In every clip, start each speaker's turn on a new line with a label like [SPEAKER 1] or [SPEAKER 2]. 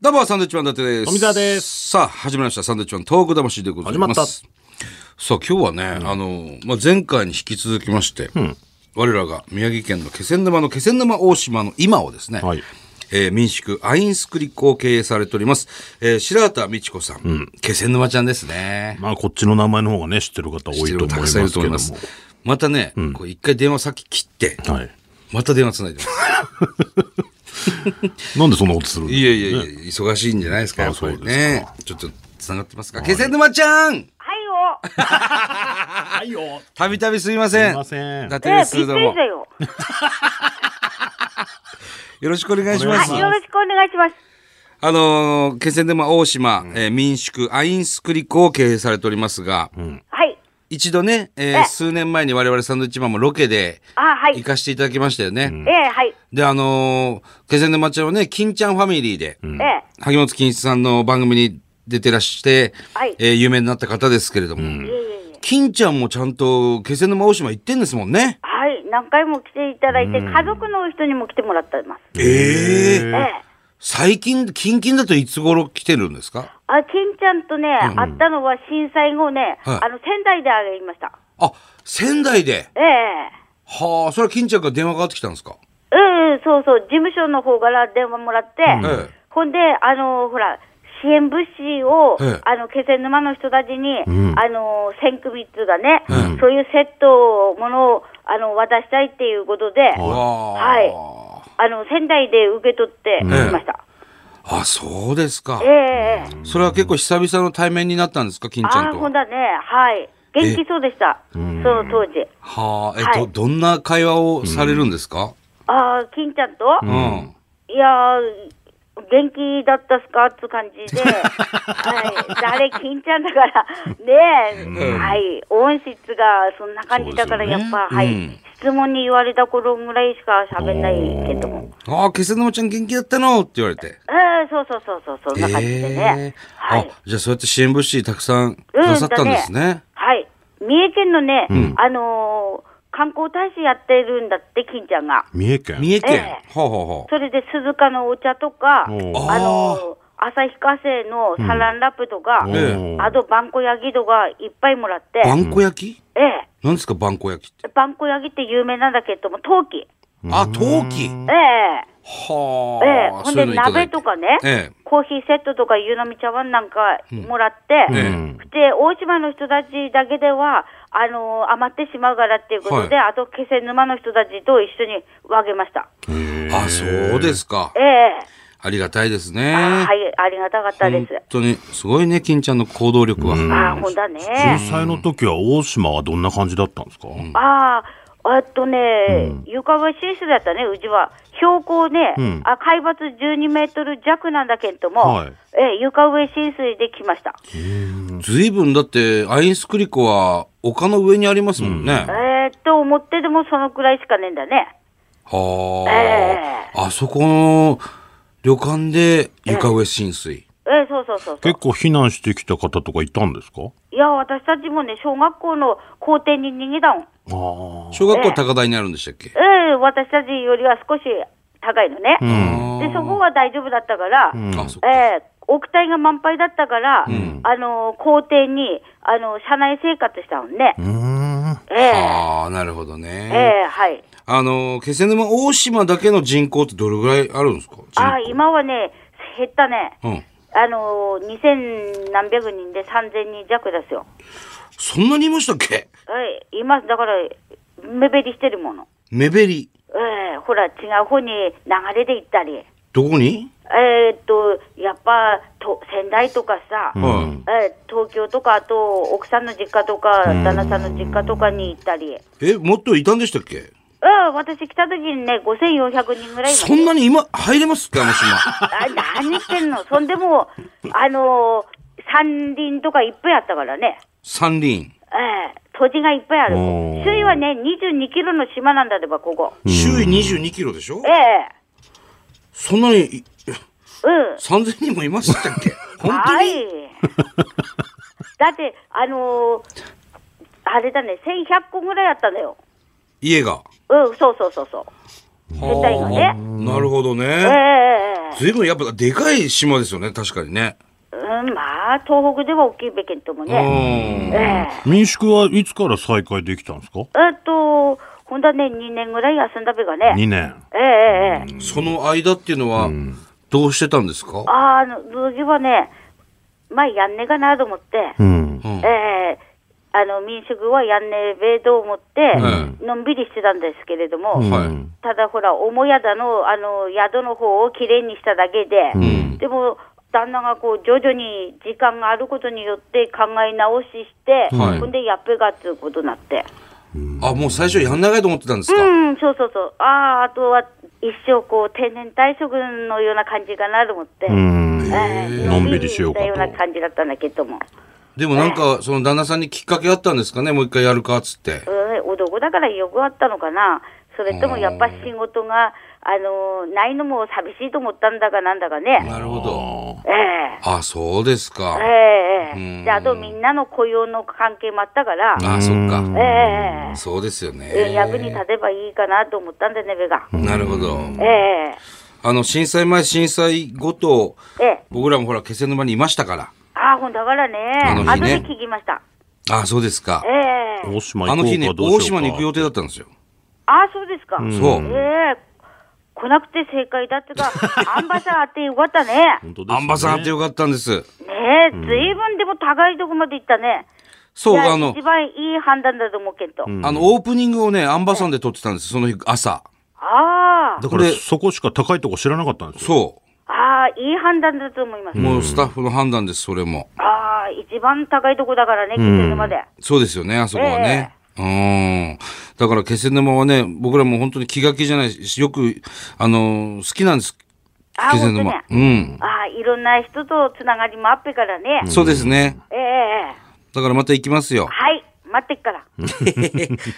[SPEAKER 1] どうも、サンドウィッチマン伊達です。。
[SPEAKER 2] 富澤です
[SPEAKER 1] さあ、始まりました。サンドウィッチマン、トーク魂でございます。
[SPEAKER 2] 始
[SPEAKER 1] さあ、今日はね、あの、まあ、前回に引き続きまして、我らが宮城県の気仙沼の気仙沼大島の今をですね、
[SPEAKER 2] はい
[SPEAKER 1] えー民宿アインスクリックを経営されております、えー白畑美智子さん、気仙沼ちゃんですね。
[SPEAKER 2] まあ、こっちの名前の方がね、知ってる方多いと思いますけども。
[SPEAKER 1] またね、こう一回電話先切って、
[SPEAKER 2] はい。
[SPEAKER 1] また電話つ ないでます。
[SPEAKER 2] なんでそんなことするん
[SPEAKER 1] いやいやいや、忙しいんじゃないですか、
[SPEAKER 2] あ
[SPEAKER 1] やっぱり
[SPEAKER 2] そうです
[SPEAKER 1] ね。ちょっと、繋がってますか。気仙沼ちゃん
[SPEAKER 3] はいよ。
[SPEAKER 2] はいよ。
[SPEAKER 1] たびたびすいません。
[SPEAKER 2] すいません
[SPEAKER 1] 伊達
[SPEAKER 3] え
[SPEAKER 1] で
[SPEAKER 3] え、び
[SPEAKER 1] す、ど
[SPEAKER 3] っく
[SPEAKER 1] う
[SPEAKER 3] り
[SPEAKER 1] も
[SPEAKER 3] した。 よ。
[SPEAKER 1] よろしくお願いしま
[SPEAKER 2] お願いし
[SPEAKER 1] す
[SPEAKER 2] ま。す
[SPEAKER 3] よろしくお願いします。
[SPEAKER 1] あのー、気仙沼大島、えー民宿アインスクリックを経営されておりますが、
[SPEAKER 3] はい。
[SPEAKER 1] 一度ね、えー
[SPEAKER 3] ええ
[SPEAKER 1] 数年前に我々サンドウィッチマンもロケで
[SPEAKER 3] あ、は
[SPEAKER 1] 行
[SPEAKER 3] い。
[SPEAKER 1] かせていただきましたよね。
[SPEAKER 3] ええ、はい。
[SPEAKER 1] で、あのー、気仙沼ちゃんはね、金ちゃんファミリーで、
[SPEAKER 3] ええ。
[SPEAKER 1] 萩本欽一さんの番組に出てらして、
[SPEAKER 3] はい
[SPEAKER 1] えー有名になった方ですけれども、
[SPEAKER 3] いえいえいえ。
[SPEAKER 1] 金ちゃんもちゃんと気仙沼大島行ってんですもんね。
[SPEAKER 3] はい。何回も来ていただいて、家族の人にも来てもらってます。
[SPEAKER 1] ええ
[SPEAKER 3] ええ。
[SPEAKER 1] 最近、近々だといつ頃来てるんですか
[SPEAKER 3] あ、金ちゃんとね、会ったのは震災後ね、
[SPEAKER 1] はい
[SPEAKER 3] あの、仙台で会いました。
[SPEAKER 1] あ、仙台で。
[SPEAKER 3] ええ。
[SPEAKER 1] はあ、それは金ちゃんから電話かかってきたんですか
[SPEAKER 3] うん、うんそうそう。事務所の方から電話もらって、
[SPEAKER 1] ええ
[SPEAKER 3] ほんで、あの、ほら、支援物資を、
[SPEAKER 1] ええ
[SPEAKER 3] あの、気仙沼の人たちに、
[SPEAKER 2] ん
[SPEAKER 3] あの、千組っていうかね、
[SPEAKER 1] う
[SPEAKER 3] そういうセットを、ものを、あの、渡したいっていうことで、
[SPEAKER 2] はい
[SPEAKER 1] は
[SPEAKER 3] あの、仙台で受け取ってきました。
[SPEAKER 1] い。あ、そうですか
[SPEAKER 3] え。えええ
[SPEAKER 1] それは結構久々の対面になったんですか、金ちゃ
[SPEAKER 3] あ
[SPEAKER 1] ん
[SPEAKER 3] あ、
[SPEAKER 1] と
[SPEAKER 3] ほ
[SPEAKER 1] は
[SPEAKER 3] ん。だね。はい。元気そうでした。その当時。
[SPEAKER 1] はあ、えっ
[SPEAKER 3] は
[SPEAKER 1] と、
[SPEAKER 3] い
[SPEAKER 1] どんな会話をされるんですか
[SPEAKER 3] ああ、金ちゃんと、
[SPEAKER 1] うん。
[SPEAKER 3] いやー、元気だったっすかって感じで、 はい、誰、金ちゃんだから、ねえ、はい、応援室がそんな感じだか
[SPEAKER 2] そ
[SPEAKER 3] ら、
[SPEAKER 2] うで
[SPEAKER 3] や
[SPEAKER 2] すよ
[SPEAKER 3] っ
[SPEAKER 2] ね
[SPEAKER 3] ぱ、は
[SPEAKER 1] う
[SPEAKER 3] い
[SPEAKER 1] ん、
[SPEAKER 3] 質問に言われた頃ぐらいしか喋んないけども。
[SPEAKER 1] ああ、気仙沼ちゃん元気だったのって言われて。
[SPEAKER 3] うん、そうそうそうそう、そんな感じでね。は
[SPEAKER 1] あ
[SPEAKER 3] い。、
[SPEAKER 1] じゃあそうやって支援物資たくさんくださったんです
[SPEAKER 3] うんだ
[SPEAKER 1] ね。
[SPEAKER 3] はい。三重県のね、あのー観光大使やってるんだって、金ちゃんが。
[SPEAKER 2] 三重県。
[SPEAKER 1] 三重県。
[SPEAKER 3] ええ
[SPEAKER 1] はあ、はあは
[SPEAKER 3] それで鈴鹿のお茶とか、あ
[SPEAKER 2] お
[SPEAKER 3] の
[SPEAKER 2] ー
[SPEAKER 3] ー旭化成のサランラップとか、
[SPEAKER 2] うんええ
[SPEAKER 3] あとバンコヤギとかいっぱいもらって
[SPEAKER 1] あ。、ばんこ焼き
[SPEAKER 3] ええ、
[SPEAKER 1] 何ですか、ばんこ焼きって。
[SPEAKER 3] バンコヤギって有名なんだけども、陶器。
[SPEAKER 1] あ、陶器。は
[SPEAKER 3] ええ、え
[SPEAKER 1] あ。
[SPEAKER 3] え、ほんで鍋と
[SPEAKER 1] か。
[SPEAKER 3] かね、
[SPEAKER 1] ええ。
[SPEAKER 3] コーヒーセットとか湯飲み茶碗なんかもらって、
[SPEAKER 1] ええ
[SPEAKER 3] で、大島の人たちだけでは、あのー余ってしまうからっていうことで、あと気仙沼の人たちと一緒に分けました。
[SPEAKER 1] あ、そうですか
[SPEAKER 3] え。え、
[SPEAKER 1] ありがたいです
[SPEAKER 3] あ
[SPEAKER 1] ね
[SPEAKER 3] ー。はい、ありがたかったで
[SPEAKER 1] 本
[SPEAKER 3] す。
[SPEAKER 1] 当に、すごいね、金ちゃんの行動力は。
[SPEAKER 3] ああ、ほんだね。
[SPEAKER 2] 震災の時は大島はどんな感じだったんですか、
[SPEAKER 3] ああ、えっとね、床は寝室だったね、うちは。標高ね、
[SPEAKER 2] うん
[SPEAKER 3] あ海抜12メートル弱なんだけれども、
[SPEAKER 2] はい
[SPEAKER 3] え床上浸水できました。
[SPEAKER 1] 随分だって、アインスクリコは丘の上にありますもんね。
[SPEAKER 3] えーっと、思ってでもそのくらいしかねえんだね。
[SPEAKER 1] はあ。あそこの旅館で床上浸水。
[SPEAKER 3] えーそうそうそうそう
[SPEAKER 2] 結。構避難してきた方とかいたんですか
[SPEAKER 3] いや、私たちもね、小学校の校庭に逃げた
[SPEAKER 2] あ
[SPEAKER 3] ん。
[SPEAKER 2] あ。
[SPEAKER 1] 小学校高台にあるんでしたっけ
[SPEAKER 3] えー私たちよりは少し高いのね。
[SPEAKER 2] うん。
[SPEAKER 3] で、そこは大丈夫だったから、
[SPEAKER 2] うん
[SPEAKER 1] あ、そっか。
[SPEAKER 3] えー億体が満杯だったから、あのー、校庭に、あのー、車内生活したのね。
[SPEAKER 2] うん。
[SPEAKER 3] ええ
[SPEAKER 1] ああ、なるほど
[SPEAKER 3] え
[SPEAKER 1] ね。
[SPEAKER 3] えはい。
[SPEAKER 1] あの、気仙沼大島だけの人口ってどれぐらいあるんですか人口
[SPEAKER 3] あ、今はね、減ったね。
[SPEAKER 1] うん。
[SPEAKER 3] あのー、2000何百人で3000人弱ですよ。
[SPEAKER 1] そんなにいましたっけ
[SPEAKER 3] はい。今、だから、目減りしてるもの。
[SPEAKER 1] 目減り。
[SPEAKER 3] ええほら、違う方に流れで行ったり。
[SPEAKER 1] どこに
[SPEAKER 3] えーっと、やっぱ、と仙台とかさ、
[SPEAKER 2] うん
[SPEAKER 1] はい
[SPEAKER 3] えー東京とか、あと、奥さんの実家とか、旦那さんの実家とかに行ったり。
[SPEAKER 1] え、もっといたんでしたっけ
[SPEAKER 3] うん、私来た時にね、5400人ぐらいいました
[SPEAKER 1] そんなに今、入れますか、あの 島。
[SPEAKER 3] あ何言ってんのそんでもう、あのー山林とかいっぱいあったからね。
[SPEAKER 1] 山林。
[SPEAKER 3] ええ土地がいっぱいあ
[SPEAKER 2] お
[SPEAKER 3] る。
[SPEAKER 2] ー
[SPEAKER 3] 周囲はね、22キロの島なんだれば、ここ。
[SPEAKER 1] 周囲22キロでしょ
[SPEAKER 3] ええ
[SPEAKER 1] そんなに、い
[SPEAKER 3] うん。
[SPEAKER 1] 3000人もいましたっけ本当
[SPEAKER 3] は
[SPEAKER 1] に
[SPEAKER 3] い。だって、あのーあれだね、1100個ぐらいあったんだよ。
[SPEAKER 1] 家が。
[SPEAKER 3] うん、そうそうそうそう。世帯がね。
[SPEAKER 1] なるほど
[SPEAKER 3] ええ
[SPEAKER 1] ね。
[SPEAKER 3] ええ
[SPEAKER 1] ずいぶんやっぱでかい島ですよね、確かにね。
[SPEAKER 3] うん、まあ、東北では大きいべきとも
[SPEAKER 1] う
[SPEAKER 3] ね。え
[SPEAKER 1] ん。
[SPEAKER 3] え
[SPEAKER 2] 民宿はいつから再開できたんですか
[SPEAKER 3] えっと、ほんだね、2年ぐらい休んだべがね。
[SPEAKER 2] 2年。
[SPEAKER 3] ええええええ。
[SPEAKER 1] その間っていうのは、どうしてたんですか
[SPEAKER 3] ああ、の、時はね、まあ、やんねえかなと思って、
[SPEAKER 2] うん。
[SPEAKER 3] ええあの、民宿はやんねえべえと思って、
[SPEAKER 1] う
[SPEAKER 3] のんびりしてたんですけれども、
[SPEAKER 1] はい
[SPEAKER 2] うん
[SPEAKER 3] ただほら、母宿の、あの、宿の方をきれいにしただけで、
[SPEAKER 1] ん
[SPEAKER 3] でも、旦那がこう徐々に時間があることによって考え直しして、
[SPEAKER 1] はい
[SPEAKER 3] ほんでやっべがっつうことになって。
[SPEAKER 1] あ、もう最初やんないと思ってたんですか
[SPEAKER 3] うん、そうそうそう。ああ、あとは一生こう定年退職のような感じかなと思って。
[SPEAKER 2] うん。
[SPEAKER 3] ええ
[SPEAKER 2] のんびりしようかと
[SPEAKER 3] のんびりしたような感じだったんだけども。
[SPEAKER 1] でもなんか、その旦那さんにきっかけあったんですかねもう一回やるかっつって
[SPEAKER 3] う。ん、男だからよくあったのかな。それともやっぱ仕事が、あのーないのも寂しいと思ったんだかなんだかね。
[SPEAKER 1] なるほど。
[SPEAKER 2] あ
[SPEAKER 3] ええ
[SPEAKER 1] あ、そうですか。
[SPEAKER 3] えええ
[SPEAKER 1] うん
[SPEAKER 3] えで、あとみんなの雇用の関係もあったから、
[SPEAKER 1] あ、そっか。
[SPEAKER 3] ええ
[SPEAKER 1] そうですよ
[SPEAKER 3] ええ
[SPEAKER 1] ね。
[SPEAKER 3] 役に立てばいいかなと思ったんでね、べが。
[SPEAKER 1] なるほど。
[SPEAKER 3] ええ
[SPEAKER 1] あの、震災前、震災後と、
[SPEAKER 3] ええ
[SPEAKER 1] 僕らもほら、気仙沼にいましたから。
[SPEAKER 3] ああ、ほんだからね、
[SPEAKER 1] あの日
[SPEAKER 3] 後
[SPEAKER 1] ね
[SPEAKER 3] で聞きました。
[SPEAKER 1] あ、そうですか
[SPEAKER 3] え。え
[SPEAKER 2] ー大島
[SPEAKER 1] あ
[SPEAKER 2] 行こ
[SPEAKER 1] の日ね
[SPEAKER 2] うか、ど
[SPEAKER 1] 大
[SPEAKER 2] うし
[SPEAKER 1] 島
[SPEAKER 2] ようか。
[SPEAKER 1] に行く予定だったんですよ。
[SPEAKER 3] ああ、そうですか。
[SPEAKER 1] そ
[SPEAKER 3] え
[SPEAKER 1] う。
[SPEAKER 3] え来なくて正解 だってか、アンバサダーってよかったね。
[SPEAKER 2] 本当ですね
[SPEAKER 1] アンバサダーってよかったんです。
[SPEAKER 3] ねえ、ずいぶんでも高いとこまで行ったね。
[SPEAKER 1] そう、
[SPEAKER 3] いや
[SPEAKER 1] あの
[SPEAKER 3] 一、番いい判断だと思うけど。
[SPEAKER 1] あの、オープニングをね、アンバサダーで撮ってたんです、その日、朝。
[SPEAKER 3] ああ、
[SPEAKER 1] だ
[SPEAKER 2] こ
[SPEAKER 1] から
[SPEAKER 2] れ、、そこしか高いとこ知らなかったんですよ。
[SPEAKER 1] そ
[SPEAKER 3] ああ、いい判断だと思います。
[SPEAKER 1] う。もうスタッフの判断です、それも。
[SPEAKER 3] ああ、一番高いとこだからね、気仙まで。
[SPEAKER 1] そうですよね、あそこはね。うん。だから、気仙沼はね、僕らも本当に気が気じゃないし、よく、あの、好きなんです。
[SPEAKER 3] あ
[SPEAKER 1] 気
[SPEAKER 3] ー
[SPEAKER 1] 仙
[SPEAKER 3] 本
[SPEAKER 1] 沼。
[SPEAKER 3] 当
[SPEAKER 1] うん。
[SPEAKER 3] ああ、いろんな人とつながりもあってからね。
[SPEAKER 1] そうですね。
[SPEAKER 3] ええええ
[SPEAKER 1] だからまた行きますよ。
[SPEAKER 3] はい、待ってっから。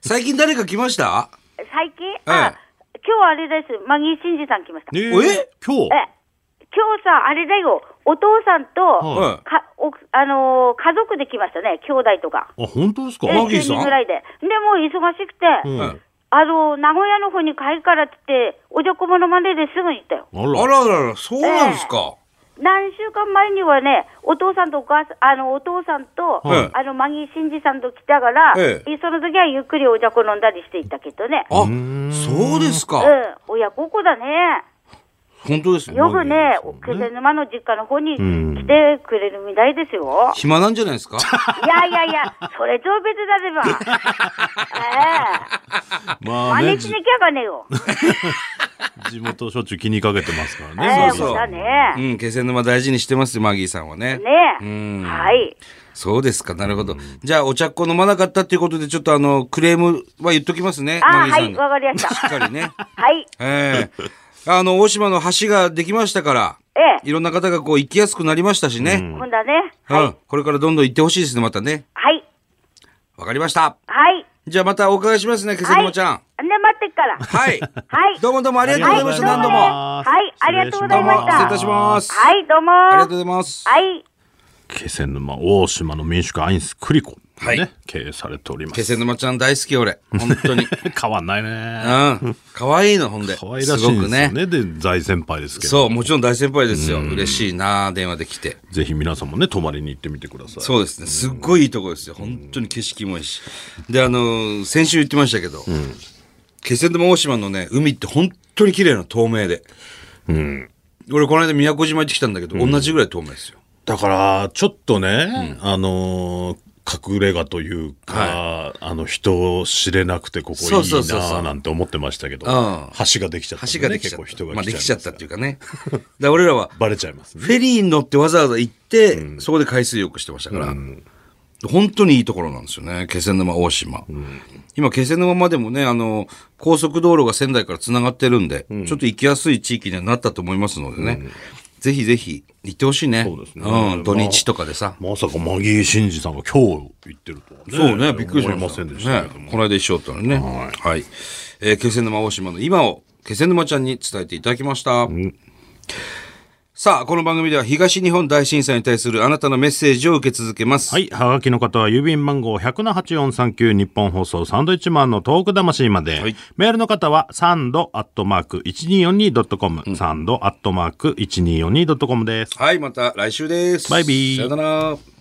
[SPEAKER 1] 最近誰か来ました
[SPEAKER 3] 最近、あ
[SPEAKER 1] え
[SPEAKER 3] 今日あれです。マギー真司さん来ました。
[SPEAKER 2] えー
[SPEAKER 1] え
[SPEAKER 2] 今日
[SPEAKER 3] え、今日さ、あれだよ、お父さんと、
[SPEAKER 1] は
[SPEAKER 3] かおあのー家族で来ましたね、兄弟とか。
[SPEAKER 2] あ、本当ですか
[SPEAKER 3] え
[SPEAKER 1] マギーさん
[SPEAKER 3] 10人ぐらいで。でもう忙しくて、
[SPEAKER 2] うん
[SPEAKER 1] はい
[SPEAKER 3] あのー名古屋の方に帰るからってって、おじゃこものまねですぐ行ったよ。
[SPEAKER 2] あ
[SPEAKER 1] い。
[SPEAKER 2] ら。
[SPEAKER 1] あらあらあら、そうなんですか。
[SPEAKER 3] 何週間前にはね、お父さんとお母さん、あの、お父さんと、
[SPEAKER 1] はい
[SPEAKER 3] あの、マギー真司さんと来たから、
[SPEAKER 1] ええ
[SPEAKER 3] その時はゆっくりおじゃこ飲んだりしていったけどね。
[SPEAKER 1] あ、そうです
[SPEAKER 3] う
[SPEAKER 1] か。
[SPEAKER 3] ん、親孝行だね。
[SPEAKER 1] 本当です
[SPEAKER 3] よく
[SPEAKER 1] マ
[SPEAKER 3] ね、気
[SPEAKER 1] ギーさん
[SPEAKER 3] 仙沼の実家の方に
[SPEAKER 2] ん
[SPEAKER 3] 来てくれるみたいですよ。
[SPEAKER 1] 暇なんじゃない ですか
[SPEAKER 3] いやいやいや、それとは別だれば。 ええ
[SPEAKER 2] まあ
[SPEAKER 3] 真
[SPEAKER 2] ね、
[SPEAKER 3] 似し
[SPEAKER 2] じ
[SPEAKER 3] なきゃがね えよ。
[SPEAKER 2] 地元しょっちゅう気にかけてますから
[SPEAKER 3] ええ
[SPEAKER 2] ね。
[SPEAKER 1] そうそう
[SPEAKER 3] ほら
[SPEAKER 1] う
[SPEAKER 3] ね。
[SPEAKER 1] ん、気仙沼大事にしてますよ、マギーさんはね。
[SPEAKER 3] ねえ。はい。
[SPEAKER 1] そうですか、なるほど。じゃあ、お茶っこ飲まなかったっていうことで、ちょっとあの、クレームは言っときますね。
[SPEAKER 3] あ
[SPEAKER 1] マ
[SPEAKER 3] あ、
[SPEAKER 1] ギー
[SPEAKER 3] は
[SPEAKER 1] さん
[SPEAKER 3] い、
[SPEAKER 1] に
[SPEAKER 3] わかりまし。
[SPEAKER 1] しったかりね。
[SPEAKER 3] はい。
[SPEAKER 1] ええあの、大島の橋ができましたから、
[SPEAKER 3] ええ。
[SPEAKER 1] いろんな方がこう、行きやすくなりましたしね。
[SPEAKER 3] 今度はね。
[SPEAKER 1] う
[SPEAKER 3] はい。
[SPEAKER 1] ん。これからどんどん行ってほしいですね、またね。
[SPEAKER 3] はい。
[SPEAKER 1] わかりました。
[SPEAKER 3] はい。
[SPEAKER 1] じゃあまたお伺いしますね、気仙
[SPEAKER 3] はい。
[SPEAKER 1] 沼ちゃん。
[SPEAKER 3] ね、待ってっ から。
[SPEAKER 1] はい。
[SPEAKER 3] はい。
[SPEAKER 1] どうもどうもありがとうございました、
[SPEAKER 3] は
[SPEAKER 1] 何度
[SPEAKER 3] どうね
[SPEAKER 1] も。
[SPEAKER 3] はいありがとうござ
[SPEAKER 1] どう
[SPEAKER 3] いま
[SPEAKER 1] も、
[SPEAKER 3] した
[SPEAKER 1] 失礼いたします。
[SPEAKER 3] はい、どうも。
[SPEAKER 1] ありがとう
[SPEAKER 3] は
[SPEAKER 1] ございます。
[SPEAKER 3] い。
[SPEAKER 2] 気仙沼大島の民宿アインスクリコ、
[SPEAKER 1] はい
[SPEAKER 2] ね、経営されておりま
[SPEAKER 1] 気
[SPEAKER 2] す。
[SPEAKER 1] 仙沼ちゃん大好き、俺。本当 に。
[SPEAKER 2] 変わんないね。
[SPEAKER 1] うん。可愛いの、ほんで。
[SPEAKER 2] 可愛らし
[SPEAKER 1] す
[SPEAKER 2] い
[SPEAKER 1] ご
[SPEAKER 2] ん
[SPEAKER 1] く
[SPEAKER 2] です
[SPEAKER 1] ね。
[SPEAKER 2] よね。で、大先輩ですけど。
[SPEAKER 1] そう、もちろん大先輩ですよ。嬉しいな、電話で来て。
[SPEAKER 2] ぜひ皆さんもね、泊まりに行ってみてください。
[SPEAKER 1] そうですね。すっごいいいとこですよ。本当に景色もいいし。で、あのー先週言ってましたけど、気仙沼大島のね、海って本当に綺麗なの透明で。俺、この間宮古島行ってきたんだけど、同じぐらい透明ですよ。
[SPEAKER 2] だから、ちょっとね、あのー隠れ家というか、あの人を知れなくてここいい
[SPEAKER 1] そうそうそうそ
[SPEAKER 2] な
[SPEAKER 1] う
[SPEAKER 2] あなんて思ってましたけど、
[SPEAKER 1] ん
[SPEAKER 2] 橋ができちゃったんでね、
[SPEAKER 1] 橋ができちゃった。
[SPEAKER 2] 結構人が
[SPEAKER 1] まあ、
[SPEAKER 2] 来
[SPEAKER 1] でき
[SPEAKER 2] ち
[SPEAKER 1] ち
[SPEAKER 2] ゃ
[SPEAKER 1] ゃっ
[SPEAKER 2] います
[SPEAKER 1] たっていうかね。 だから俺らは、
[SPEAKER 2] バレちゃいますね。
[SPEAKER 1] フェリーに乗ってわざわざ行って、そこで海水浴してましたから、本当にいいところなんですよね。気仙沼大島。今、気仙沼までもね、あの、高速道路が仙台から繋がってるんで、ちょっと行きやすい地域にはなったと思いますのでね。ぜひぜひ行ってほしいね。
[SPEAKER 2] そうですね
[SPEAKER 1] ん、土日とかでさ。
[SPEAKER 2] まさかマギー真司さんが今日行ってるとはね。
[SPEAKER 1] そうね、びっくりしました。
[SPEAKER 2] 思いませんでしたけども。
[SPEAKER 1] ね、この間一緒だったのにね。はい。えー気仙沼大島の今を気仙沼ちゃんに伝えていただきました。さあ、この番組では東日本大震災に対するあなたのメッセージを受け続けます。
[SPEAKER 2] はい。はがきの方は郵便番号1078439日本放送サンドイッチマンのトーク魂まで。
[SPEAKER 1] はい
[SPEAKER 2] メールの方はサンドアットマーク 1242.com、サンドアットマーク 1242.com です。
[SPEAKER 1] はい、また来週です。
[SPEAKER 2] バイビー
[SPEAKER 1] さよなら。